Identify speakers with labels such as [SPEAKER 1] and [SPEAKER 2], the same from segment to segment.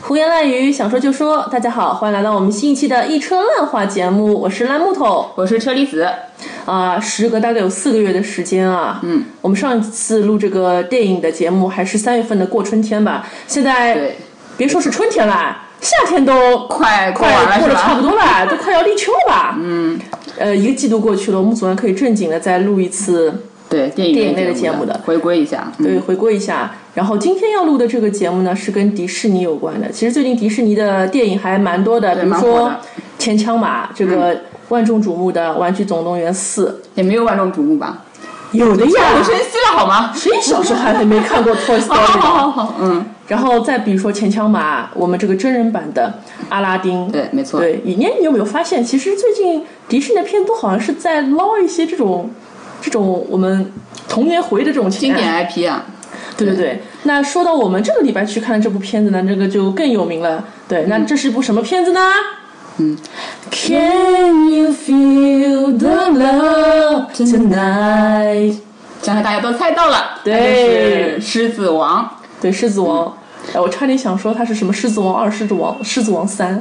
[SPEAKER 1] 胡言乱语，想说就说。大家好，欢迎来到我们新一期的一车烂话节目，我是烂木头
[SPEAKER 2] 我是车厘子，
[SPEAKER 1] 啊。时隔大概有四个月的时间啊，嗯，我们上一次录这个电影的节目还是三月份的过春天吧，现在
[SPEAKER 2] 对，
[SPEAKER 1] 别说是春天啦，夏天都
[SPEAKER 2] 快过
[SPEAKER 1] 快
[SPEAKER 2] 完了
[SPEAKER 1] 过
[SPEAKER 2] 是
[SPEAKER 1] 得差不
[SPEAKER 2] 吧？
[SPEAKER 1] 多了， 都快要立秋了。嗯，呃，一个季度过去了，我们总算可以正经的再录一次，
[SPEAKER 2] 对，电影
[SPEAKER 1] 电影类的节
[SPEAKER 2] 节
[SPEAKER 1] 目的
[SPEAKER 2] 回归一下，嗯
[SPEAKER 1] 对，回顾一下。然后今天要录的这个节目呢，是跟迪士尼有关的。其实最近迪士尼的电影还蛮多的，比如
[SPEAKER 2] 蛮火
[SPEAKER 1] 说《
[SPEAKER 2] 的
[SPEAKER 1] 千枪马》这个万众瞩目的《玩具总动员四
[SPEAKER 2] 也没有万众瞩目吧？》，
[SPEAKER 1] 有的
[SPEAKER 2] 我
[SPEAKER 1] 哎呀。
[SPEAKER 2] 生气了好吗？
[SPEAKER 1] 谁小时候还没看过《Toy
[SPEAKER 2] 好
[SPEAKER 1] Story
[SPEAKER 2] 好》 好好
[SPEAKER 1] 呢？
[SPEAKER 2] 好，嗯，
[SPEAKER 1] 然后再比如说《千枪马》，我们这个真人版的《阿拉丁》，
[SPEAKER 2] 对，没错，
[SPEAKER 1] 对，你你你有没有发现，其实最近迪士尼的片都好像是在捞一些这种这种我们童年回忆的这种情
[SPEAKER 2] 经
[SPEAKER 1] 感。
[SPEAKER 2] 典 IP 啊，
[SPEAKER 1] 对对对。那说到我们这个礼拜去看的这部片子呢，这个就更有名了。对，那这是一部什么片子呢？嗯，Can you feel the love tonight？
[SPEAKER 2] 相信大家都猜到了，
[SPEAKER 1] 对
[SPEAKER 2] 它就是狮子 王，
[SPEAKER 1] 对，狮子王。哎，我差点想说它是什么《狮子王二》《狮子王》《狮子王三》。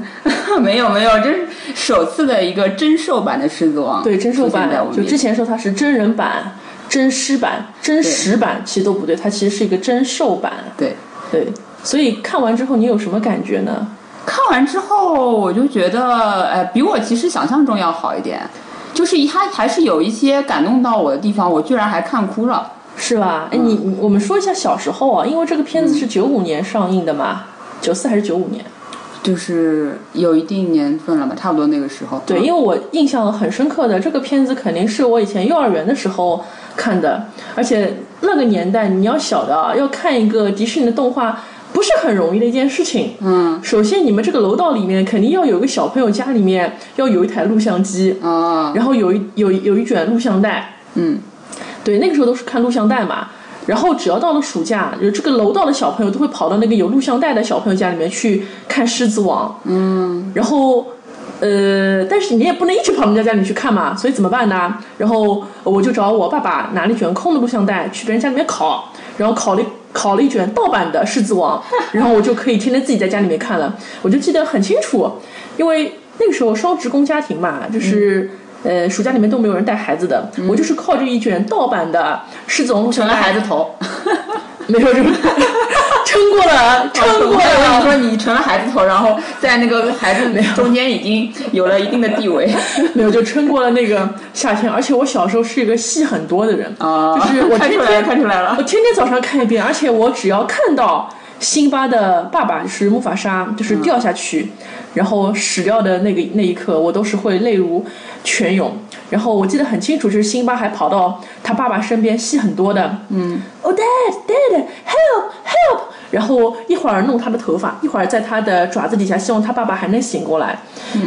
[SPEAKER 2] 没有没有，这是首次的一个真兽版的狮子王，
[SPEAKER 1] 对，真兽
[SPEAKER 2] 出现在
[SPEAKER 1] 版
[SPEAKER 2] 我，们
[SPEAKER 1] 就
[SPEAKER 2] 面
[SPEAKER 1] 之前说它是真人版、真狮版、真实版，其实都不对，它其实是一个真兽版。
[SPEAKER 2] 对。
[SPEAKER 1] 对，所以看完之后你有什么感觉呢？
[SPEAKER 2] 看完之后，我就觉得，呃，比我其实想象中要好一点，就是它还是有一些感动到我的地方，我居然还看哭了。
[SPEAKER 1] 是吧？哎，你你我们说一下小时候啊，因为这个片子是九五年上映的嘛，九四还是九五年？
[SPEAKER 2] 就是有一定年份了吧，差不多那个时候。
[SPEAKER 1] 对，因为我印象很深刻的这个片子，肯定是我以前幼儿园的时候看的，而且那个年代你要晓得啊，要看一个迪士尼的动画不是很容易的一件事情。
[SPEAKER 2] 嗯，
[SPEAKER 1] 首先你们这个楼道里面肯定要有个小朋友家里面要有一台录像机，
[SPEAKER 2] 啊，
[SPEAKER 1] 然后有一有一有一卷录像带，
[SPEAKER 2] 嗯，
[SPEAKER 1] 对，那个时候都是看录像带嘛。然后只要到了暑假，就这个楼道的小朋友都会跑到那个有录像带的小朋友家里面去看《狮子王》。嗯，然后。呃，但是你也不能一直跑人家家里去看嘛，所以怎么办呢？然后我就找我爸爸拿了一卷空的录像带去别人家里面拷，然后拷了一拷了一卷盗版的《狮子王》，然后我就可以天天自己在家里面看了。我就记得很清楚，因为那个时候双职工家庭嘛，就是。呃，暑假里面都没有人带孩子的，我就是靠这一卷盗版的《狮子王》录像
[SPEAKER 2] 成了
[SPEAKER 1] 带，
[SPEAKER 2] 孩子头。
[SPEAKER 1] 没有这个撑过了，撑 过
[SPEAKER 2] 我跟你
[SPEAKER 1] 了，
[SPEAKER 2] 说，你成了孩子头，然后在那个孩子中间已经有了一定的地位。
[SPEAKER 1] 没 有就撑过了那个夏天。而且我小时候是一个戏很多的人，
[SPEAKER 2] 啊，
[SPEAKER 1] 就是我
[SPEAKER 2] 看
[SPEAKER 1] 天
[SPEAKER 2] 出来
[SPEAKER 1] 天
[SPEAKER 2] 了，看出来
[SPEAKER 1] 我
[SPEAKER 2] 了。
[SPEAKER 1] 天天早上看一遍，而且我只要看到辛巴的爸爸就是木法沙，就是掉下去，然后死掉的那个那一刻，我都是会泪如泉涌。然后我记得很清楚，就是辛巴还跑到他爸爸身边，戏很多的，嗯，Oh dad, dad, help, help。然后一会儿弄他的头发，一会儿在他的爪子底下，希望他爸爸还能醒过来，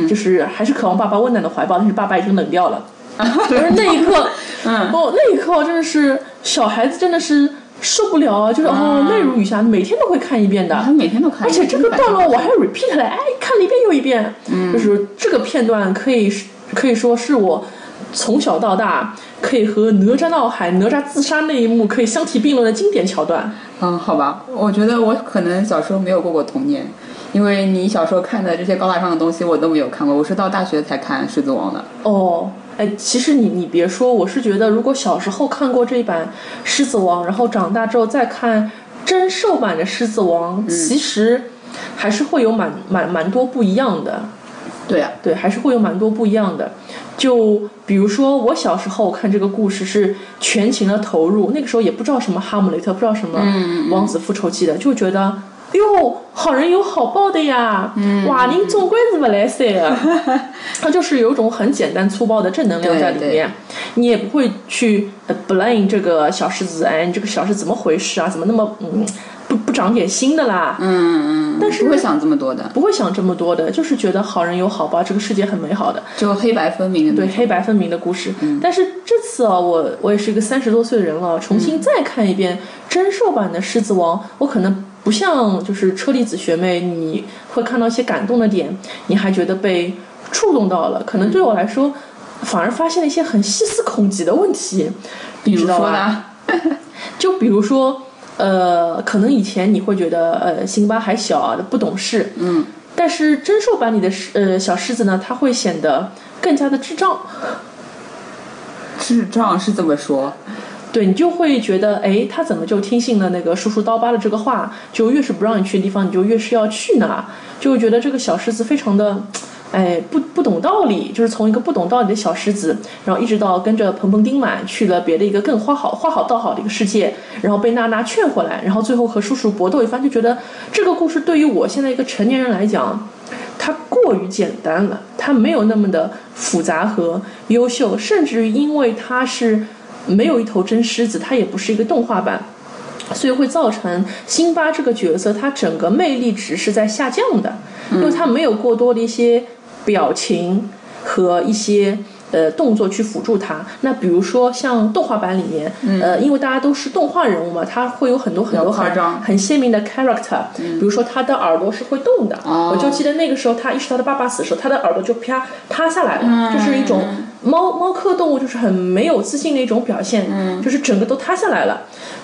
[SPEAKER 1] 就是还是渴望爸爸温暖的怀抱，但是爸爸已经冷 掉了。就是那一 刻，
[SPEAKER 2] 嗯，
[SPEAKER 1] 哦，那一刻真的是小孩子真的是受不了啊，嗯就是哦泪如雨下，每天都会看一遍的。
[SPEAKER 2] 他每天都看，
[SPEAKER 1] 而且这个段落我还 repeat 了，哎，看了一遍又一遍。嗯，就是这个片段可以是可以说是我从小到大可以和哪吒闹海、哪吒自杀那一幕可以相提并论的经典桥段。
[SPEAKER 2] 嗯，好吧，我觉得我可能小时候没有过过童年，因为你小时候看的这些高大上的东西我都没有看过，我是到大学才看《狮子王》的。
[SPEAKER 1] 哦，哎，其实你你别说，我是觉得如果小时候看过这一版《狮子王》，然后长大之后再看真兽版的《狮子王》，其实还是会有蛮蛮蛮多不一样的。
[SPEAKER 2] 对啊，
[SPEAKER 1] 对，还是会有蛮多不一样的。就比如说，我小时候看这个故事是全情的投入，那个时候也不知道什么《哈姆雷特》，不知道什
[SPEAKER 2] 嗯
[SPEAKER 1] 么《王子复仇记》的，就觉得，哎呦，好人有好报的呀，
[SPEAKER 2] 嗯
[SPEAKER 1] 哇，您总归是不来塞啊。 它就是有一种很简单粗暴的正能量在里
[SPEAKER 2] 对对
[SPEAKER 1] 面，你也不会去呃 blame 这个小狮子，哎，你这个小狮子怎么回事啊？怎么那么嗯不不长点心的啦？
[SPEAKER 2] 嗯嗯，但
[SPEAKER 1] 是
[SPEAKER 2] 不会想这么多的，
[SPEAKER 1] 不会想这么多的，就是觉得好人有好报，这个世界很美好的。
[SPEAKER 2] 就黑白分明的。
[SPEAKER 1] 对，黑白分明的故事。
[SPEAKER 2] 嗯
[SPEAKER 1] 但是这次啊，我我也是一个三十多岁的人了，重
[SPEAKER 2] 嗯
[SPEAKER 1] 新再看一遍真兽版的《狮子王》，我可能不像就是车厘子学妹，你会看到一些感动的点，你还觉得被触动到了。可能
[SPEAKER 2] 嗯
[SPEAKER 1] 对我来说，反而发现了一些很细思恐极的问题，
[SPEAKER 2] 比
[SPEAKER 1] 知
[SPEAKER 2] 如
[SPEAKER 1] 道
[SPEAKER 2] 说
[SPEAKER 1] 吧？
[SPEAKER 2] 呢，
[SPEAKER 1] 就比如说，呃，可能以前你会觉得呃，辛巴还小啊，不懂事，
[SPEAKER 2] 嗯，
[SPEAKER 1] 但是真兽版里的狮呃小狮子呢，它会显得更加的智障，
[SPEAKER 2] 智障是这么说，
[SPEAKER 1] 对你就会觉得，哎，他怎么就听信了那个叔叔刀疤的这个话？就越是不让你去的地方，你就越是要去呢，就会觉得这个小狮子非常的，哎，不不懂道理，就是从一个不懂道理的小狮子，然后一直到跟着彭彭丁满去了别的一个更花好花好道好的一个世界，然后被娜娜劝回来，然后最后和叔叔搏斗一番，就觉得这个故事对于我现在一个成年人来讲。它过于简单了，它没有那么的复杂和优秀，甚至于因为它是没有一头真狮子，它也不是一个动画版，所以会造成辛巴这个角色他整个魅力值是在下降的，
[SPEAKER 2] 嗯
[SPEAKER 1] 因为他没有过多的一些表情和一些。呃，动作去辅助他。那比如说像动画版里面，呃，因为大家都是动画人物嘛，他会有很多很多
[SPEAKER 2] 嗯比较夸
[SPEAKER 1] 很
[SPEAKER 2] 张嗯
[SPEAKER 1] 很鲜明的 character、比如说他的耳朵是会动的，
[SPEAKER 2] 哦
[SPEAKER 1] 我就记得那个时候他意识到他爸爸死的时候，他的耳朵就啪塌下来了，
[SPEAKER 2] 嗯
[SPEAKER 1] 就是一种猫猫科动物就是很没有自信的一种表现，
[SPEAKER 2] 嗯
[SPEAKER 1] 就是整个都塌下来了。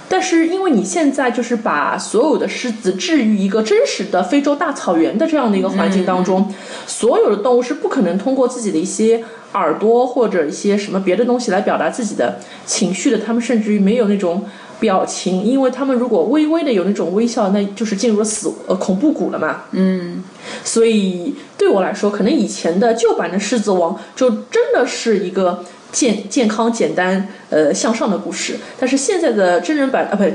[SPEAKER 1] 但是因为你现在就是把所有的狮子置于一个真实的非洲大草原的这样的一个环境当中，所有的动物是不可能通过自己的一些耳朵或者一些什么别的东西来表达自己的情绪的，他们甚至于没有那种。表情，因为他们如果微微的有那种微笑，那就是进入了死呃恐怖谷了嘛。所以对我来说，可能以前的旧版的《狮子王》就真的是一个健健康、简单、呃向上的故事，但是现在的真人版啊，不真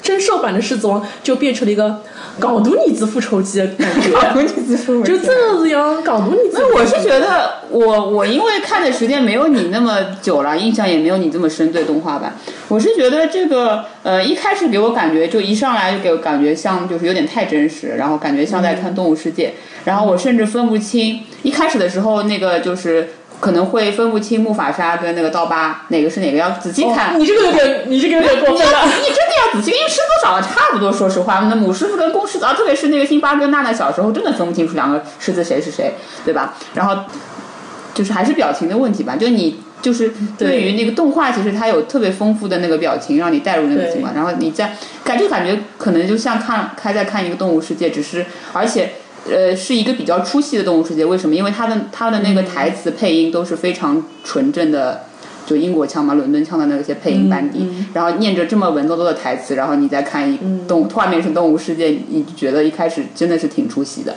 [SPEAKER 1] 真兽版的《狮子王》就变成了一个港独女子复仇记的感 觉，
[SPEAKER 2] 你自说
[SPEAKER 1] 就这个样港独女子。
[SPEAKER 2] 那我是觉得我，我因为看的时间没有你那么久了，印象也没有你这么深对动画版。我是觉得这个呃，一开始给我感觉就一上来就给我感觉像就是有点太真实，然后感觉像在
[SPEAKER 1] 嗯
[SPEAKER 2] 看《动物世界》然后我甚至分不清一开始的时候那个就是可能会分不清木法沙跟那个刀疤哪个是哪个，要仔细看。
[SPEAKER 1] 哦你这个有点，你这个有点过
[SPEAKER 2] 你
[SPEAKER 1] 分
[SPEAKER 2] 要
[SPEAKER 1] 了。
[SPEAKER 2] 你真的要仔细，因为狮子长得差不多。说实话，那母狮子跟公狮子，啊，特别是那个辛巴跟娜娜小时候，真的分不清楚两个狮子谁是谁，对吧？然后就是还是表情的问题吧，就你。就是对于那个动画，其实它有特别丰富的那个表情，让你带入那个情况，然后你再感就感觉可能就像看开在看一个动物世界，只是而且呃是一个比较出戏的动物世界。为什么？因为它的它的那个台词配音都是非常纯正的，就英国腔嘛、伦敦腔的那些配音班底，然后念着这么文绉绉的台词，然后你再看一动画面是动物世界，你就觉得一开始真的是挺出戏的。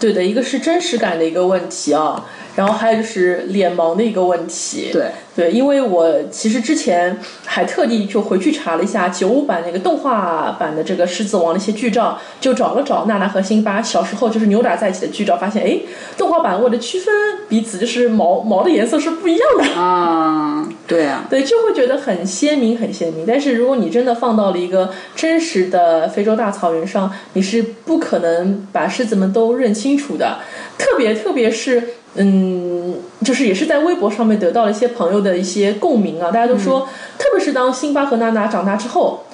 [SPEAKER 1] 对的，一个是真实感的一个问题啊，然后还有就是脸盲的一个问题。
[SPEAKER 2] 对
[SPEAKER 1] 对，因为我其实之前还特地就回去查了一下九五版那个动画版的这个《狮子王》的一些剧照，就找了找娜娜和辛巴小时候就是扭打在一起的剧照，发现哎，动画版为了区分彼此，就是毛毛的颜色是不一样的。
[SPEAKER 2] 啊，对啊，
[SPEAKER 1] 对，就会觉得很鲜明，很鲜明。但是如果你真的放到了一个真实的非洲大草原上，你是不可能把狮子们都认清楚的。特别特别是，嗯，就是也是在微博上面得到了一些朋友的一些共鸣啊，大家都说，
[SPEAKER 2] 嗯
[SPEAKER 1] 特别是当辛巴和娜娜长大之后，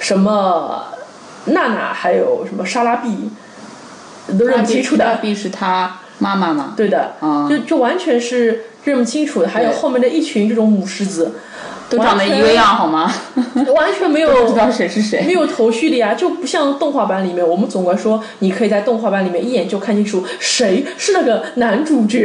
[SPEAKER 1] 什么娜娜还有什么莎拉碧，都认不清楚
[SPEAKER 2] 大
[SPEAKER 1] 的。
[SPEAKER 2] B 是他妈妈嘛？
[SPEAKER 1] 对的，
[SPEAKER 2] 啊，
[SPEAKER 1] 就就完全是认不清楚的。还有
[SPEAKER 2] 对
[SPEAKER 1] 后面的一群这种母狮 子。
[SPEAKER 2] 都长得一个样好吗？
[SPEAKER 1] 完全没有
[SPEAKER 2] 不知道谁是谁。
[SPEAKER 1] 没有头绪的呀，就不像动画版里面，我们总归说你可以在动画版里面一眼就看清楚谁是那个男主 角，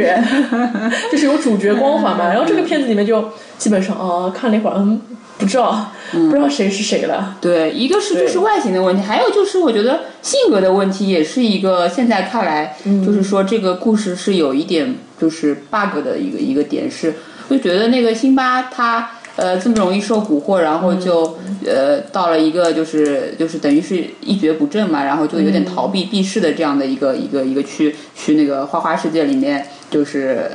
[SPEAKER 1] 就是有主角光
[SPEAKER 2] 嗯
[SPEAKER 1] 环嘛。然后这个片子里面就基本上哦、看了一会儿，嗯，不知道不知道谁是谁了。
[SPEAKER 2] 嗯对，一个是就是外形的问题，还有就是我觉得性格的问题也是一个现在看来，就是说这个故事是有一点就是 bug 的一个一个点是，就觉得那个辛巴他呃这么容易受蛊惑，然后就、
[SPEAKER 1] 嗯
[SPEAKER 2] 呃到了一个就是就是等于是一蹶不振嘛，然后就有点逃避避世的这样的一个、一个一个去去那个花花世界里面就是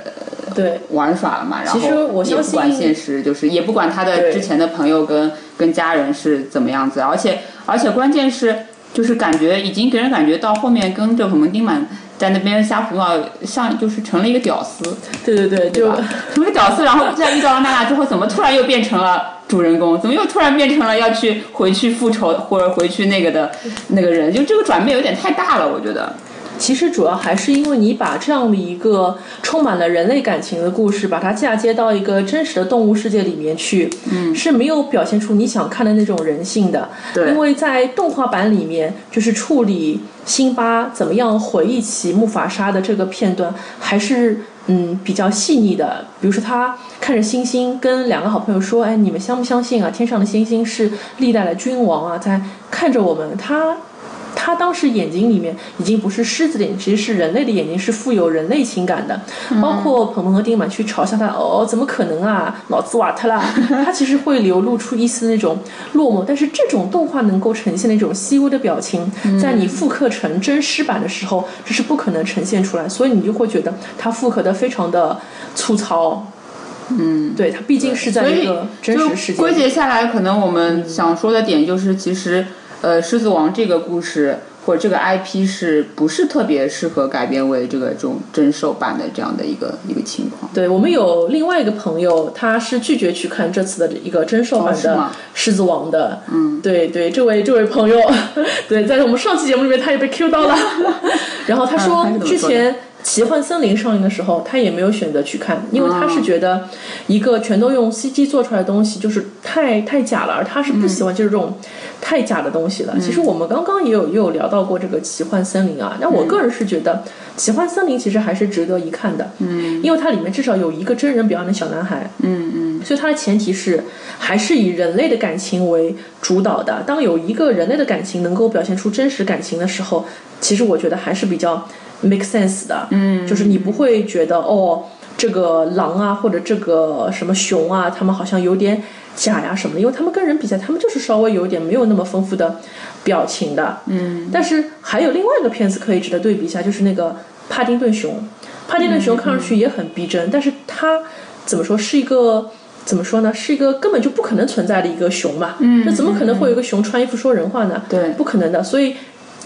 [SPEAKER 1] 对，
[SPEAKER 2] 玩耍了嘛，然
[SPEAKER 1] 其实
[SPEAKER 2] 后
[SPEAKER 1] 我
[SPEAKER 2] 也
[SPEAKER 1] 相
[SPEAKER 2] 不
[SPEAKER 1] 信
[SPEAKER 2] 管现实，就是也不管他的
[SPEAKER 1] 对
[SPEAKER 2] 之前的朋友跟跟家人是怎么样子，而且而且关键是就是感觉已经给人感觉到后面跟着我们丁满在那边瞎胡闹，像就是成了一个屌丝，
[SPEAKER 1] 对对对，
[SPEAKER 2] 对
[SPEAKER 1] 就
[SPEAKER 2] 吧？成了屌丝，然后在遇到了娜娜之后，怎么突然又变成了主人公？怎么又突然变成了要去 回去复仇或者回去那个的那个人？就这个转变有点太大了，我觉得。
[SPEAKER 1] 其实主要还是因为你把这样的一个充满了人类感情的故事，把它嫁接到一个真实的动物世界里面去，嗯，是没有表现出你想看的那种人性的。
[SPEAKER 2] 对
[SPEAKER 1] 因为在动画版里面，就是处理辛巴怎么样回忆起木法沙的这个片段，还是嗯比较细腻的。比如说他看着星星，跟两个好朋友说：“哎，你们相不相信啊？天上的星星是历代的君王啊，在看着我们。”他。他当时眼睛里面已经不是狮子的眼睛，其实是人类的眼睛，是富有人类情感的。
[SPEAKER 2] 嗯
[SPEAKER 1] 包括鹏鹏和丁满去嘲笑他，哦，怎么可能啊，脑子瓦特 啦！他其实会流露出一丝那种落寞，但是这种动画能够呈现的一种细微的表情，
[SPEAKER 2] 嗯
[SPEAKER 1] 在你复刻成真狮版的时候，这是不可能呈现出来，所以你就会觉得他复刻的非常的粗糙。嗯，对，他毕竟是在
[SPEAKER 2] 所
[SPEAKER 1] 一
[SPEAKER 2] 以
[SPEAKER 1] 个真
[SPEAKER 2] 就
[SPEAKER 1] 实世界
[SPEAKER 2] 归
[SPEAKER 1] 里。
[SPEAKER 2] 结下来，可能我们想说的点就是，其实呃，《狮子王》这个故事或者这个 IP 是不是特别适合改编为这个这种真兽版的这样的一个一个情况？
[SPEAKER 1] 对我们有另外一个朋友，他是拒绝去看这次的一个真兽版
[SPEAKER 2] 哦是
[SPEAKER 1] 的《
[SPEAKER 2] 吗
[SPEAKER 1] 狮子王》的。嗯，对对，这位这位朋友，对，在我们上期节目里面他也被 Q 到了。然后他说
[SPEAKER 2] 嗯他是怎么说，的
[SPEAKER 1] 之前《奇幻森林》上映的时候，他也没有选择去看，因为他
[SPEAKER 2] 哦
[SPEAKER 1] 是觉得一个全都用 CG 做出来的东西就是太太假了，而他是不
[SPEAKER 2] 嗯
[SPEAKER 1] 喜欢就是这种太假的东西了。其实我们刚刚也有也有聊到过这个《奇幻森林》啊，那我个人是觉得。奇幻森林其实还是值得一看的，嗯，因为它里面至少有一个真人表演的小男孩，嗯嗯，所以它的前提是还是以人类的感情为主导的。当有一个人类的感情能够表现出真实感情的时候，其实我觉得还是比较 make sense 的，嗯，就是你不会觉得哦，这个狼啊或者这个什么熊啊，他们好像有点假呀什么的，因为他们跟人比起来，他们就是稍微有点没有那么丰富的表情的，但是还有另外一个片子可以值得对比一下，就是那个《帕丁顿熊》。帕丁顿熊看上去也很逼真，但是它怎么说是一个怎么说呢？是一个根本就不可能存在的一个熊嘛。嗯，这怎么可能会有一个熊穿衣服说人话呢？
[SPEAKER 2] 对
[SPEAKER 1] 不可能的。所以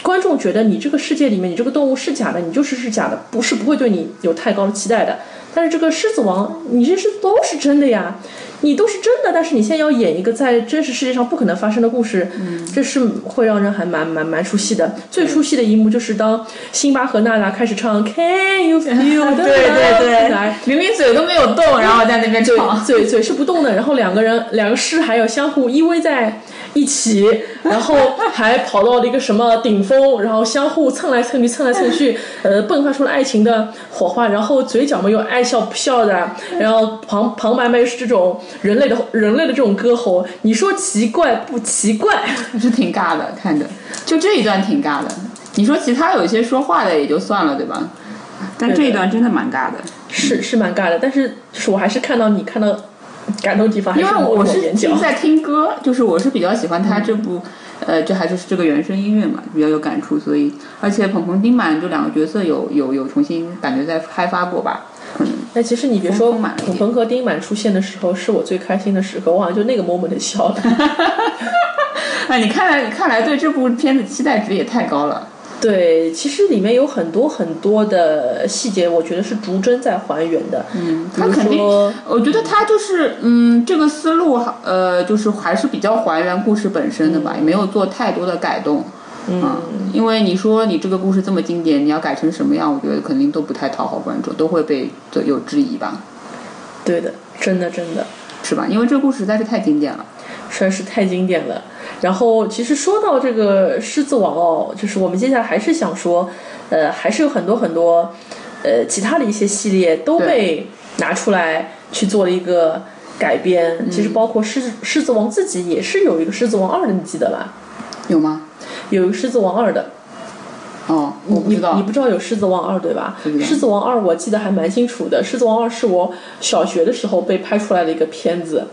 [SPEAKER 1] 观众觉得你这个世界里面，你这个动物是假的，你就是是假的，不是不会对你有太高的期待的。但是这个狮子王，你这是都是真的呀，你都是真的，但是你现在要演一个在真实世界上不可能发生的故事，
[SPEAKER 2] 嗯
[SPEAKER 1] 这是会让人还蛮蛮蛮出戏的。最出戏的一幕就是当辛巴和娜娜开始唱 Can you feel the
[SPEAKER 2] 对对
[SPEAKER 1] love
[SPEAKER 2] 对
[SPEAKER 1] tonight？
[SPEAKER 2] 明明嘴都没有动，然后在那边唱。
[SPEAKER 1] 嘴嘴是不动的，然后两个人两个狮还有相互依偎在一起，然后还跑到了一个什么顶峰，然后相互蹭来蹭去，蹭来蹭去，呃，迸发出了爱情的火花，然后嘴角们又爱笑不笑的，然后旁旁白们又是这种人类的人类的这种歌喉，你说奇怪不奇怪？
[SPEAKER 2] 还是挺尬的，看着就这一段挺尬的。你说其他有一些说话的也就算了，对吧？但这一段真的蛮尬的，
[SPEAKER 1] 是是蛮尬的，但是就是我还是看到你看到感动的地方，还
[SPEAKER 2] 因为
[SPEAKER 1] 我
[SPEAKER 2] 我是
[SPEAKER 1] 眼角
[SPEAKER 2] 听。在听歌，就是我是比较喜欢他这部，呃，这还就是这个原声音乐嘛，比较有感触，所以而且捧红丁满这两个角色有有有重新感觉在开发过吧，可能
[SPEAKER 1] 那其实你别说，
[SPEAKER 2] 丰满了一点
[SPEAKER 1] 捧鹏和丁满出现的时候是我最开心的时刻，我好像就那个 moment 笑了。
[SPEAKER 2] 哎，你看来你看来对这部片子期待值也太高了。
[SPEAKER 1] 对，其实里面有很多很多的细节，我觉得是逐帧在还原的。嗯，比
[SPEAKER 2] 他
[SPEAKER 1] 如
[SPEAKER 2] 肯定
[SPEAKER 1] 说，
[SPEAKER 2] 我觉得他就是，嗯，这个思路，呃，就是还是比较还原故事本身的吧，也没有做太多的改动。嗯，因为你说你这个故事这么经典，你要改成什么样，我觉得肯定都不太讨好观众，都会被有质疑吧，
[SPEAKER 1] 对的，真的真的。
[SPEAKER 2] 是吧？因为这个故事实在是太经典了。
[SPEAKER 1] 实在是太经典了。然后，其实说到这个《狮子王》哦，就是我们接下来还是想说，呃，还是有很多很多，呃，其他的一些系列都被拿出来去做了一个改编。其实
[SPEAKER 2] 嗯
[SPEAKER 1] 包括狮子《狮子王》自己也是有一个《狮子王二》的，你记得吧？
[SPEAKER 2] 有吗？
[SPEAKER 1] 有一个《狮子王二》的，
[SPEAKER 2] 哦，我不知
[SPEAKER 1] 你
[SPEAKER 2] 道。
[SPEAKER 1] 不知道有《狮子王二》对吧？
[SPEAKER 2] 不知道
[SPEAKER 1] 狮子王二》我记得还蛮清楚的，《狮子王二》是我小学的时候被拍出来的一个片子。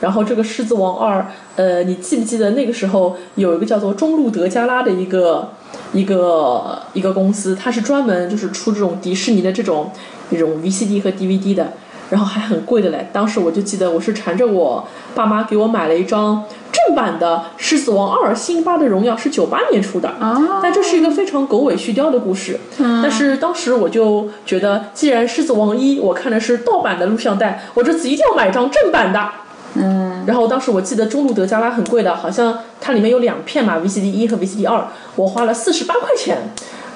[SPEAKER 1] 然后这个《狮子王二》，呃，你记不记得那个时候有一个叫做中路德加拉的一个一个一个公司，它是专门就是出这种迪士尼的这种那种 VCD 和 DVD 的，然后还很贵的嘞。当时我就记得我是缠着我爸妈给我买了一张正版的《狮子王二：辛巴的荣耀》，是九八年出的。
[SPEAKER 2] 啊，
[SPEAKER 1] 但这是一个非常狗尾续貂的故事。但是当时我就觉得，既然《狮子王一》我看的是盗版的录像带，我这次一定要买一张正版的。
[SPEAKER 2] 嗯，
[SPEAKER 1] 然后当时我记得中路德加拉很贵的，好像它里面有两片嘛，VCD 一和 VCD 二，我花了四十八块钱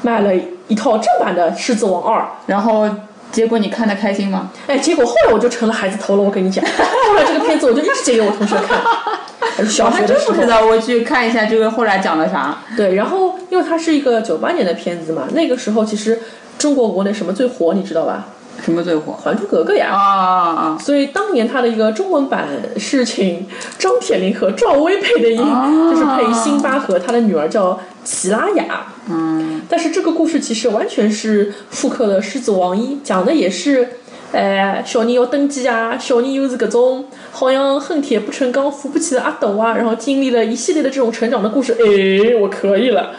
[SPEAKER 1] 卖了一套正版的《狮子王二》，
[SPEAKER 2] 然后结果你看得开心吗？
[SPEAKER 1] 哎，结果后来我就成了孩子头了。我跟你 讲，后来这个片子我就一直借给我同学看。小
[SPEAKER 2] 我
[SPEAKER 1] 学
[SPEAKER 2] 还
[SPEAKER 1] 的
[SPEAKER 2] 真
[SPEAKER 1] 时
[SPEAKER 2] 不
[SPEAKER 1] 候
[SPEAKER 2] 知，道，我去看一下这个后来讲的啥。
[SPEAKER 1] 对，然后因为它是一个九八年的片子嘛，那个时候其实中国国内什么最火，你知道吧？
[SPEAKER 2] 什么最火
[SPEAKER 1] 《还珠格格》呀。
[SPEAKER 2] 啊啊啊！
[SPEAKER 1] 所以当年它的一个中文版是请张铁林和赵薇配的音，
[SPEAKER 2] 啊
[SPEAKER 1] 就是配辛巴和他的女儿叫齐拉雅。
[SPEAKER 2] 嗯，
[SPEAKER 1] 但是这个故事其实完全是复刻了《狮子王一》，讲的也是，呃，小人要登基啊，小人又是各种好像恨铁不成钢、扶不起的阿斗啊，然后经历了一系列的这种成长的故事。哎，我可以了，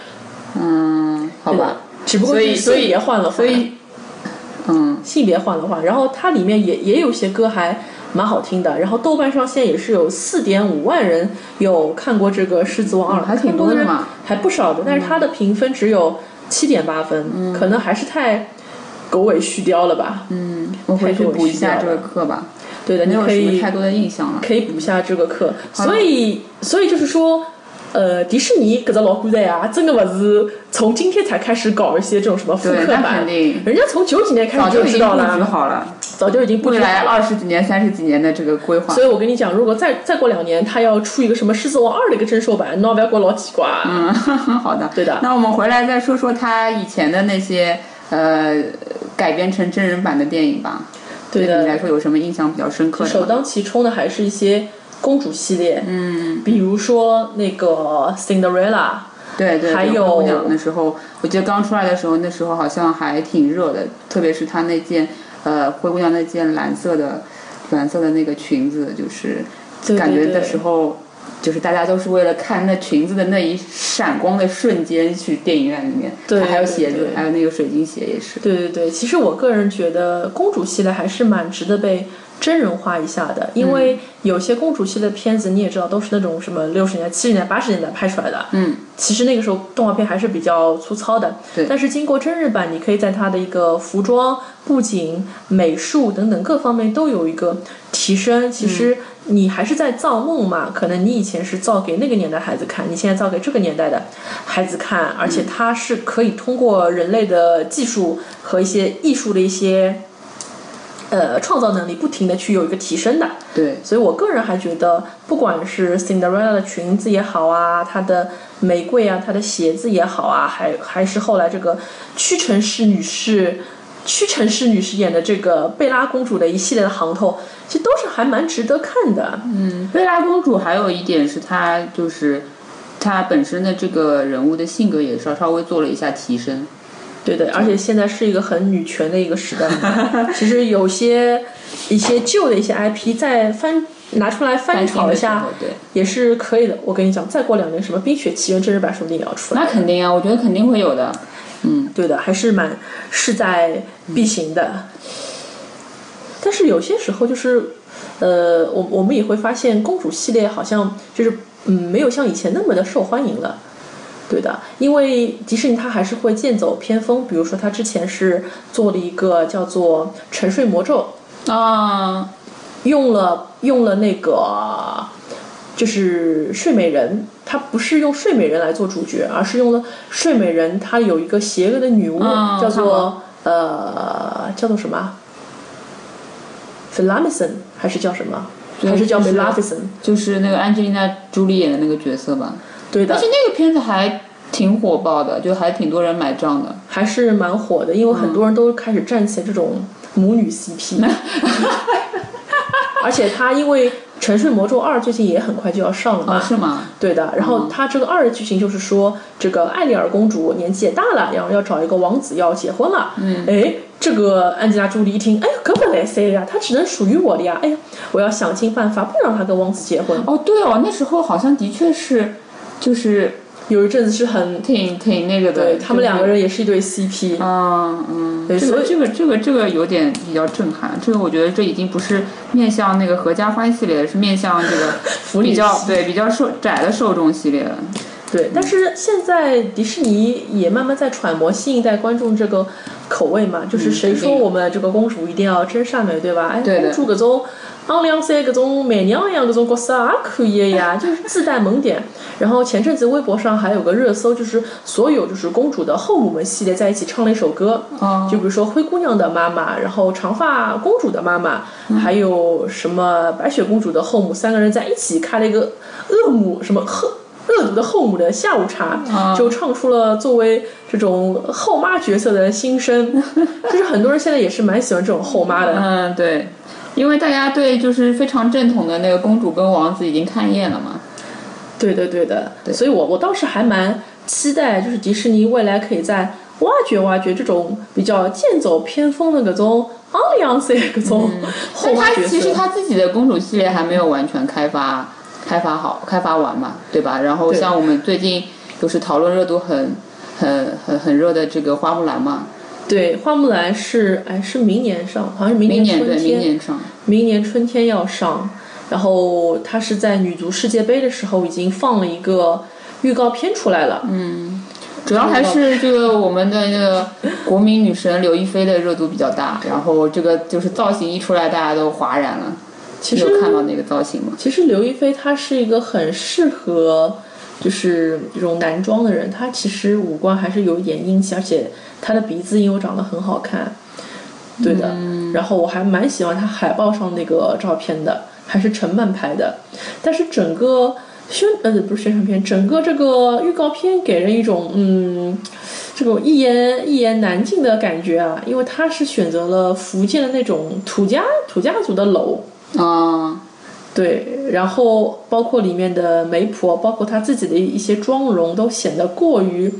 [SPEAKER 2] 嗯，好
[SPEAKER 1] 对
[SPEAKER 2] 吧
[SPEAKER 1] 吧。？只不过
[SPEAKER 2] 所以
[SPEAKER 1] 是性
[SPEAKER 2] 所以
[SPEAKER 1] 别换了换，
[SPEAKER 2] 所以，嗯，
[SPEAKER 1] 性别换了换，然后它里面也也有些歌还蛮好听的，然后豆瓣上现在也是有四点五万人有看过这个《狮子王二》，
[SPEAKER 2] 哦还挺
[SPEAKER 1] 看过
[SPEAKER 2] 多的
[SPEAKER 1] 人
[SPEAKER 2] 嘛嗯
[SPEAKER 1] 还不少的，但是它的评分只有七点八分，可能还是太狗尾续貂了吧？
[SPEAKER 2] 我回去
[SPEAKER 1] 太多
[SPEAKER 2] 补一下
[SPEAKER 1] 需要
[SPEAKER 2] 这个
[SPEAKER 1] 了
[SPEAKER 2] 课吧，
[SPEAKER 1] 对的，
[SPEAKER 2] 嗯没
[SPEAKER 1] 你
[SPEAKER 2] 有
[SPEAKER 1] 可
[SPEAKER 2] 什么
[SPEAKER 1] 以
[SPEAKER 2] 太多的印象了。
[SPEAKER 1] 可以补下这个课，
[SPEAKER 2] 好的
[SPEAKER 1] 所以所以就是说。呃，迪士尼搿只老古仔啊，真的不是从今天才开始搞一些这种什么复刻
[SPEAKER 2] 对，那
[SPEAKER 1] 版
[SPEAKER 2] 肯，定，
[SPEAKER 1] 人家从九几年开
[SPEAKER 2] 早
[SPEAKER 1] 始
[SPEAKER 2] 就
[SPEAKER 1] 就
[SPEAKER 2] 已
[SPEAKER 1] 知
[SPEAKER 2] 经
[SPEAKER 1] 道
[SPEAKER 2] 布局
[SPEAKER 1] 了，
[SPEAKER 2] 好了，
[SPEAKER 1] 早就已经布
[SPEAKER 2] 未
[SPEAKER 1] 局好
[SPEAKER 2] 来
[SPEAKER 1] 了。
[SPEAKER 2] 二十几年、三十几年的这个规划
[SPEAKER 1] 所。以我跟你讲，如果再再过两年，他要出一个什么《狮子王二》的一个真兽版，那不要给我老奇怪。
[SPEAKER 2] 嗯， 好的。
[SPEAKER 1] 对的
[SPEAKER 2] 那我们回来再说说他以前的那些呃改编成真人版的电影吧。
[SPEAKER 1] 对
[SPEAKER 2] 你
[SPEAKER 1] 的，
[SPEAKER 2] 来说有什么印象比较深刻的
[SPEAKER 1] 首
[SPEAKER 2] 吗？
[SPEAKER 1] 当其冲的还是一些公主系列，
[SPEAKER 2] 嗯，
[SPEAKER 1] 比如说那个 Cinderella，
[SPEAKER 2] 对对，
[SPEAKER 1] 还
[SPEAKER 2] 对
[SPEAKER 1] 有
[SPEAKER 2] 灰姑娘那时候，我记得刚出来的时候，那时候好像还挺热的，特别是她那件呃灰姑娘那件蓝色的蓝色的那个裙子，就是
[SPEAKER 1] 对对
[SPEAKER 2] 感觉
[SPEAKER 1] 对
[SPEAKER 2] 那时候就是大家都是为了看那裙子的那一闪光的瞬间去电影院里面，
[SPEAKER 1] 对
[SPEAKER 2] 还有
[SPEAKER 1] 对
[SPEAKER 2] 鞋子
[SPEAKER 1] 对，
[SPEAKER 2] 还有那个水晶鞋也是。
[SPEAKER 1] 对对对，其实我个人觉得公主系列还是蛮值得被真人化一下的，因
[SPEAKER 2] 嗯
[SPEAKER 1] 为有些公主系列片子你也知道，都是那种什么六十年代、七十年代、八十年代拍出来的。
[SPEAKER 2] 嗯，
[SPEAKER 1] 其实那个时候动画片还是比较粗糙的。
[SPEAKER 2] 对
[SPEAKER 1] 但是经过真人版，你可以在它的一个服装、布景、美术等等各方面都有一个提升。其
[SPEAKER 2] 嗯
[SPEAKER 1] 实你还是在造梦嘛，可能你以前是造给那个年代孩子看，你现在造给这个年代的孩子看，而且它是可以通过人类的技术和一些艺术的一些。呃，创造能力不停的去有一个提升的，
[SPEAKER 2] 对，
[SPEAKER 1] 所以我个人还觉得，不管是 Cinderella 的裙子也好啊，她的玫瑰啊，她的鞋子也好啊，还还是后来这个屈臣氏女士。屈臣氏女士演的这个贝拉公主的一系列的行头，其实都是还蛮值得看的。
[SPEAKER 2] 嗯，贝拉公主还有一点是她就是她本身的这个人物的性格也稍稍微做了一下提升。
[SPEAKER 1] 对对，而且现在是一个很女权的一个时代 嘛其实有些一些旧的一些 IP 再翻拿出来翻炒一
[SPEAKER 2] 翻新的时
[SPEAKER 1] 下
[SPEAKER 2] 候，对。
[SPEAKER 1] 也是可以的。我跟你讲，再过两年什么《冰雪奇缘》真人版说不定也要出来。
[SPEAKER 2] 那肯定啊，我觉得肯定会有的。
[SPEAKER 1] 对的，还是蛮势在必行的。但是有些时候就是，呃，我我们也会发现公主系列好像就是嗯，没有像以前那么的受欢迎了。对的，因为迪士尼它还是会剑走偏锋，比如说它之前是做了一个叫做《沉睡魔咒
[SPEAKER 2] 啊，》，
[SPEAKER 1] 用了用了那个就是睡美人，它不是用睡美人来做主角，而是用了睡美人，她有一个邪恶的女巫，
[SPEAKER 2] 嗯
[SPEAKER 1] 叫
[SPEAKER 2] 我看
[SPEAKER 1] 做
[SPEAKER 2] 过
[SPEAKER 1] 呃叫做什么 f e l a m i s o n 还是叫什么？
[SPEAKER 2] 对
[SPEAKER 1] 还是叫
[SPEAKER 2] 就是
[SPEAKER 1] Maleficent？
[SPEAKER 2] 就是那个安吉丽娜·朱莉演的那个角色吧。
[SPEAKER 1] 对
[SPEAKER 2] 但
[SPEAKER 1] 的
[SPEAKER 2] 是，那个片子还挺火爆的，就还挺多人买账的。
[SPEAKER 1] 还是蛮火的，因
[SPEAKER 2] 嗯
[SPEAKER 1] 为很多人都开始站起这种母女 CP，而且它因为《沉睡魔咒二》最近也很快就要上了嘛，
[SPEAKER 2] 哦，是吗？
[SPEAKER 1] 对的，然后他这个二的剧情就是说，这个艾丽尔公主年纪也大了，然后要找一个王子要结婚了。嗯，哎，这个安吉拉·朱莉一听，哎呀，根本来塞呀，她只能属于我的呀！哎呀，我要想尽办法不让她跟王子结婚。
[SPEAKER 2] 哦，对哦，那时候好像的确是，就是
[SPEAKER 1] 有一阵子是很，
[SPEAKER 2] 挺挺那个的。
[SPEAKER 1] 对他们两个
[SPEAKER 2] 人。
[SPEAKER 1] 人也是一对 CP。
[SPEAKER 2] 嗯嗯，
[SPEAKER 1] 对
[SPEAKER 2] 这
[SPEAKER 1] 所
[SPEAKER 2] 个
[SPEAKER 1] 以
[SPEAKER 2] 这个这个这个有点比较震撼，这个我觉得这已经不是面向那 个合家欢系列了，是面向这个
[SPEAKER 1] 女
[SPEAKER 2] 比较
[SPEAKER 1] 系
[SPEAKER 2] 对比较受窄的受众系列了。
[SPEAKER 1] 对，但是现在迪士尼也慢慢在揣摩新一代观众这个口味嘛，就是谁说我们这个公主一定要真善美，对吧？哎，
[SPEAKER 2] 对的
[SPEAKER 1] 公主搿种啊昂两三搿种媚娘一样搿种角色也可以的呀， 就是自带萌点。然后前阵子微博上还有个热搜，就是所有就是公主的后母们系列在一起唱了一首歌，
[SPEAKER 2] 哦
[SPEAKER 1] 就比如说灰姑娘的妈妈，然后长发公主的妈妈，
[SPEAKER 2] 嗯
[SPEAKER 1] 还有什么白雪公主的后母，三个人在一起开了一个恶母什么恶恶毒的后母的下午
[SPEAKER 2] 嗯
[SPEAKER 1] 茶，就唱出了作为这种后妈角色的心声， 就是很多人现在也是蛮喜欢这种后妈的。
[SPEAKER 2] 嗯，对，因为大家对就是非常正统的那个公主跟王子已经看厌了嘛。
[SPEAKER 1] 对的，对的，所以我我倒是还蛮期待，就是迪士尼未来可以在挖掘挖掘这种比较剑走偏锋的各种昂里昂塞各种后
[SPEAKER 2] 嗯但
[SPEAKER 1] 妈
[SPEAKER 2] 他
[SPEAKER 1] 角色。
[SPEAKER 2] 其实他自己的公主系列还没有完全开发开发好开发完嘛，对吧？然后
[SPEAKER 1] 对
[SPEAKER 2] 像我们最近就是讨论热度很很很很热的这个花木兰嘛，
[SPEAKER 1] 对，花木兰是哎是明年上，好像是明
[SPEAKER 2] 明年
[SPEAKER 1] 春
[SPEAKER 2] 对
[SPEAKER 1] 天，
[SPEAKER 2] 明年上，
[SPEAKER 1] 明年春天要上。然后它是在女足世界杯的时候已经放了一个预告片出来了。嗯，
[SPEAKER 2] 主要还是这个我们的那个国民女神刘亦菲的热度比较大，然后这个就是造型一出来，大家都哗然了。
[SPEAKER 1] 其
[SPEAKER 2] 你
[SPEAKER 1] 实
[SPEAKER 2] 有看到那个造型吗？
[SPEAKER 1] 其实刘亦菲她是一个很适合就是这种男装的人，她其实五官还是有一点英气，而且她的鼻子因为长得很好看。对的，然后我还蛮喜欢她海报上那个照片的，还是陈漫拍的，但是整个宣呃不是宣传片，整个这个预告片给人一种嗯。这种一言一言难尽的感觉啊，因为她是选择了福建的那种土家土家族的楼，
[SPEAKER 2] 啊、
[SPEAKER 1] 对，然后包括里面的媒婆，包括她自己的一些妆容，都显得过于，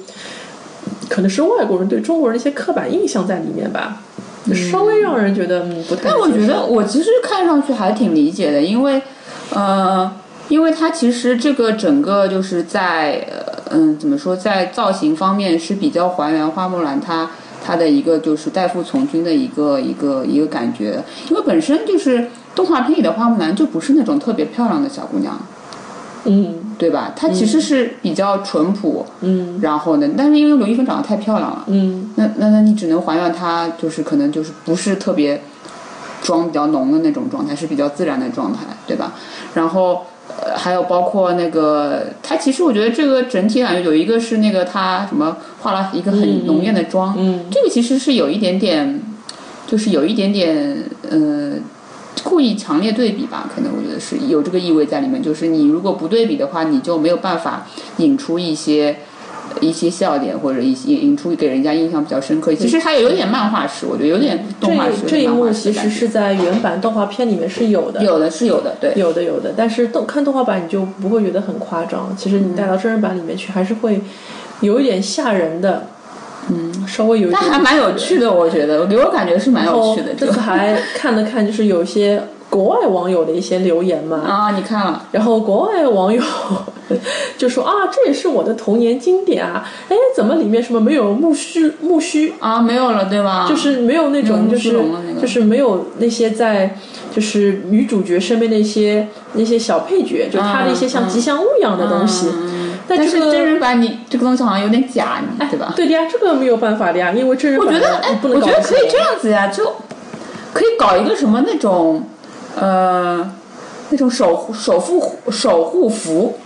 [SPEAKER 1] 可能是外国人对中国人的一些刻板印象在里面吧，嗯稍微让人觉得嗯不太能接受。
[SPEAKER 2] 但我觉得我其实看上去还挺理解的，因为，呃，因为它其实这个整个就是在，呃嗯，怎么说，在造型方面是比较还原花木兰她她的一个就是代父从军的一个一个一个感觉，因为本身就是动画片里的花木兰就不是那种特别漂亮的小姑娘，
[SPEAKER 1] 嗯
[SPEAKER 2] 对吧？她其实是比较淳朴，
[SPEAKER 1] 嗯
[SPEAKER 2] 然后呢，但是因为刘亦菲长得太漂亮了。
[SPEAKER 1] 嗯，
[SPEAKER 2] 那那那你只能还原她，就是可能就是不是特别妆比较浓的那种状态，是比较自然的状态，对吧？然后、呃、还有包括那个，她其实我觉得这个整体感觉有一个是那个她什么化了一个很浓艳的妆，
[SPEAKER 1] 嗯
[SPEAKER 2] 这个其实是有一点点，就是有一点点呃。故意强烈对比吧，可能我觉得是有这个意味在里面。就是你如果不对比的话，你就没有办法引出一些一些笑点，或者一些引出给人家印象比较深刻。其实它也有点漫画式，我觉得有点动画式
[SPEAKER 1] 这这一
[SPEAKER 2] 漫
[SPEAKER 1] 幕
[SPEAKER 2] 画式
[SPEAKER 1] 其
[SPEAKER 2] 的感
[SPEAKER 1] 实
[SPEAKER 2] 觉。
[SPEAKER 1] 是在原版动画片里面是有的，
[SPEAKER 2] 有的是有的，对，
[SPEAKER 1] 有的有的，但是动看动画版你就不会觉得很夸张，其实你带到真人版里面去还是会有一点吓人的，嗯，稍微有一
[SPEAKER 2] 但
[SPEAKER 1] 点
[SPEAKER 2] 还蛮有趣的，我觉得给我感觉是蛮
[SPEAKER 1] 然
[SPEAKER 2] 有
[SPEAKER 1] 后
[SPEAKER 2] 趣的。
[SPEAKER 1] 哦这
[SPEAKER 2] 这
[SPEAKER 1] 次
[SPEAKER 2] 个
[SPEAKER 1] 还看了看，就是有一些国外网友的一些留言嘛，
[SPEAKER 2] 啊，你看了，
[SPEAKER 1] 然后国外网友 就说啊，这也是我的童年经典啊，哎，怎么里面什么没有木须木须？
[SPEAKER 2] 啊，没有了，对吧？就
[SPEAKER 1] 就是没有那种，就
[SPEAKER 2] 没有木须
[SPEAKER 1] 是
[SPEAKER 2] 龙了那个
[SPEAKER 1] 就是没有那些在，就是女主角身边的一些那些小配角，就她的一些像吉祥物一样的东西。但
[SPEAKER 2] 啊但
[SPEAKER 1] 这
[SPEAKER 2] 是
[SPEAKER 1] 个
[SPEAKER 2] 真人版你这个东西好像有点假，你对吧？
[SPEAKER 1] 对的呀，这个没有办法的呀，因为真人版
[SPEAKER 2] 哎我觉得，
[SPEAKER 1] 你
[SPEAKER 2] 哎，
[SPEAKER 1] 不
[SPEAKER 2] 我
[SPEAKER 1] 能搞
[SPEAKER 2] 觉得可以
[SPEAKER 1] 些
[SPEAKER 2] 这样子呀，就可以搞一个什么那种，呃，那种守护守护守护符，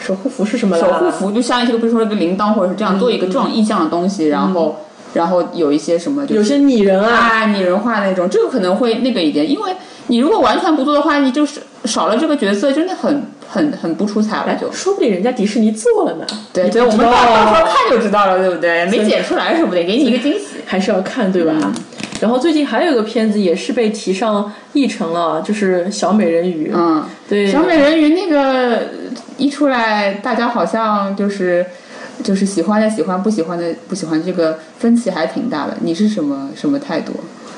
[SPEAKER 1] 守护符是什么啦？
[SPEAKER 2] 守护符就像这个，比如说一个铃铛或者是这样做一个这种意象的东西，然后然后有一些什么就
[SPEAKER 1] 有
[SPEAKER 2] 是
[SPEAKER 1] 些拟人啊，
[SPEAKER 2] 啊拟人化那种，这个可能会那个一点，因为你如果完全不做的话，你就是少了这个角色，真的很很很不出彩了
[SPEAKER 1] 哎
[SPEAKER 2] 就。
[SPEAKER 1] 说不定人家迪士尼做了呢。
[SPEAKER 2] 对，
[SPEAKER 1] 你
[SPEAKER 2] 所以
[SPEAKER 1] 不
[SPEAKER 2] 我
[SPEAKER 1] 知
[SPEAKER 2] 们到
[SPEAKER 1] 道
[SPEAKER 2] 到时候看就知道了，对不对？没剪出来说不定给你一个惊喜。
[SPEAKER 1] 还是要看，对吧？
[SPEAKER 2] 嗯
[SPEAKER 1] 然后最近还有一个片子也是被提上议程了，就是《小美人鱼》。
[SPEAKER 2] 嗯，
[SPEAKER 1] 对，
[SPEAKER 2] 小美人鱼那个一出来，大家好像就是就是喜欢的喜欢，不喜欢的不喜欢，这个分歧还挺大的。你是什么什么态度？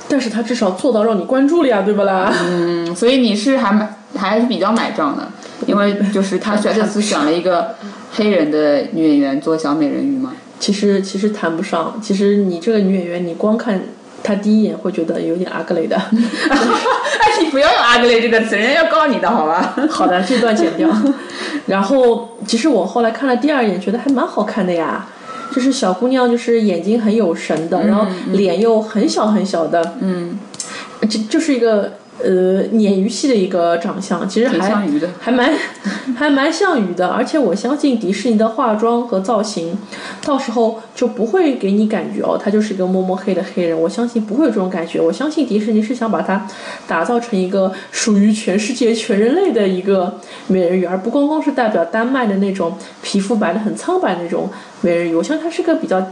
[SPEAKER 1] 但是它至少做到让你关注了呀，对不啦？
[SPEAKER 2] 嗯，所以你是还蛮还是比较买 账的，因为就是他选这次选了一个黑人的女演员做小美人鱼嘛。
[SPEAKER 1] 其实其实谈不上，其实你这个女演员，你光看她第一眼会觉得有点 ugly 的。
[SPEAKER 2] 哎，你不要用 ugly 这个词，人家要告你的好吧？
[SPEAKER 1] 好的，这段剪掉。然后其实我后来看了第二眼，觉得还蛮好看的呀。就是小姑娘，就是眼睛很有神的，然后脸又很小很小的，
[SPEAKER 2] 嗯，
[SPEAKER 1] 就就是一个呃鲶鱼系的一个长相，其实
[SPEAKER 2] 挺
[SPEAKER 1] 还
[SPEAKER 2] 像鱼的。
[SPEAKER 1] 还蛮还蛮像鱼的，而且我相信迪士尼的化妆和造型，到时候就不会给你感觉哦，他就是一个摸摸黑的黑人。我相信不会有这种感觉，我相信迪士尼是想把它打造成一个属于全世界全人类的一个美人鱼，而不光光是代表丹麦的那种皮肤白的很苍白的那种美人鱼。我相信它是个比较。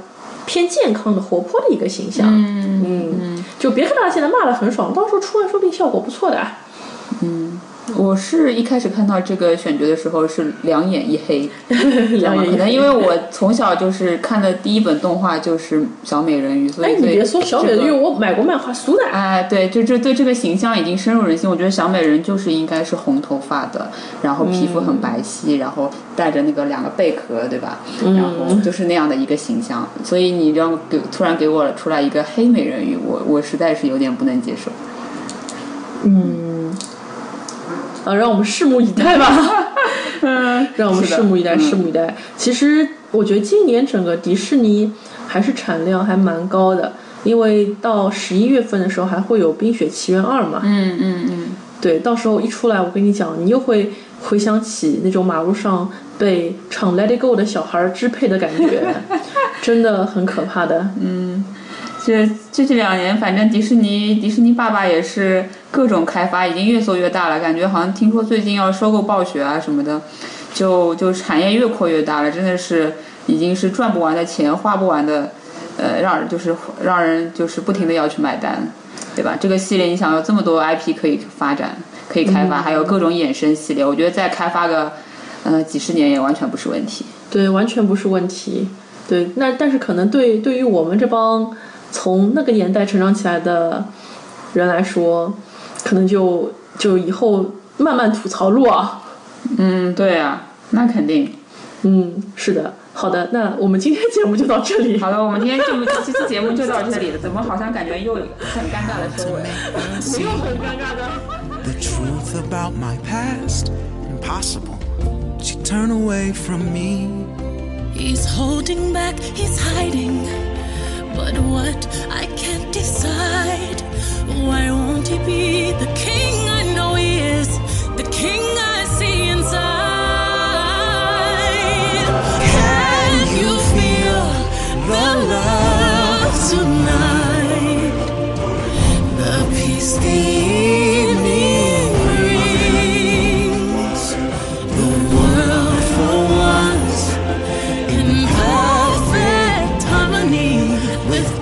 [SPEAKER 1] 偏健康的、活泼的一个形象，嗯就别看他现在骂的很爽，到时候出来说不定效果不错的啊。
[SPEAKER 2] 我是一开始看到这个选角的时候是两眼一黑，知道
[SPEAKER 1] 两
[SPEAKER 2] 吗
[SPEAKER 1] 眼一
[SPEAKER 2] 可能
[SPEAKER 1] 黑
[SPEAKER 2] 因为我从小就是看的第一本动画就是小美人鱼，所
[SPEAKER 1] 哎
[SPEAKER 2] 以，
[SPEAKER 1] 你
[SPEAKER 2] 对
[SPEAKER 1] 别说小美人
[SPEAKER 2] 这
[SPEAKER 1] 鱼，
[SPEAKER 2] 个
[SPEAKER 1] 我买过漫画书的。
[SPEAKER 2] 哎，对，就这对这个形象已经深入人心。我觉得小美人就是应该是红头发的，然后皮肤很白皙，然后带着那个两个贝壳，对吧？然后就是那样的一个形象。所以你让我给突然给我出来一个黑美人鱼，我我实在是有点不能接受。
[SPEAKER 1] 啊，让我们拭目以待 吧。嗯， 让我们
[SPEAKER 2] 是
[SPEAKER 1] 拭
[SPEAKER 2] 的
[SPEAKER 1] 目以待，
[SPEAKER 2] 嗯
[SPEAKER 1] 拭目以待。其实我觉得今年整个迪士尼还是产量还蛮高的，因为到十一月份的时候还会有《冰雪奇缘二》嘛。
[SPEAKER 2] 嗯嗯嗯，
[SPEAKER 1] 对，到时候一出来，我跟你讲，你又会回想起那种马路上被唱《Let It Go》的小孩儿支配的感觉， 真的很可怕的。
[SPEAKER 2] 这这这两年，反正迪士尼迪士尼爸爸也是各种开发，已经越做越大了。感觉好像听说最近要收购暴雪啊什么的，就就产业越扩越大了，真的是已经是赚不完的钱，花不完的，呃，让人就是让人就是不停的要去买单，对吧？这个系列你想有这么多 IP 可以发展，可以开发，还有各种衍生系列，我觉得再开发个呃几十年也完全不是问题。
[SPEAKER 1] 对，完全不是问题。对，那但是可能对对于我们这帮从那个年代成长起来的人来说，可能就就以后慢慢吐槽路啊。
[SPEAKER 2] 嗯，对啊，那肯定。
[SPEAKER 1] 嗯，是的，好的，那我们今天节目就到这里。
[SPEAKER 2] 好了，我们今天这么这期节目就到这里了，怎么好像感觉又很尴尬的收尾？
[SPEAKER 1] 又很尴尬的。
[SPEAKER 3] the truth about my past impossible she turned away from me
[SPEAKER 4] He's holding back, he's hiding. But what I can't decide. Why won't he be the king I know he is? The king I see inside. Can you feel the love tonight? The peace the evening brings. The world for once in perfect harmony with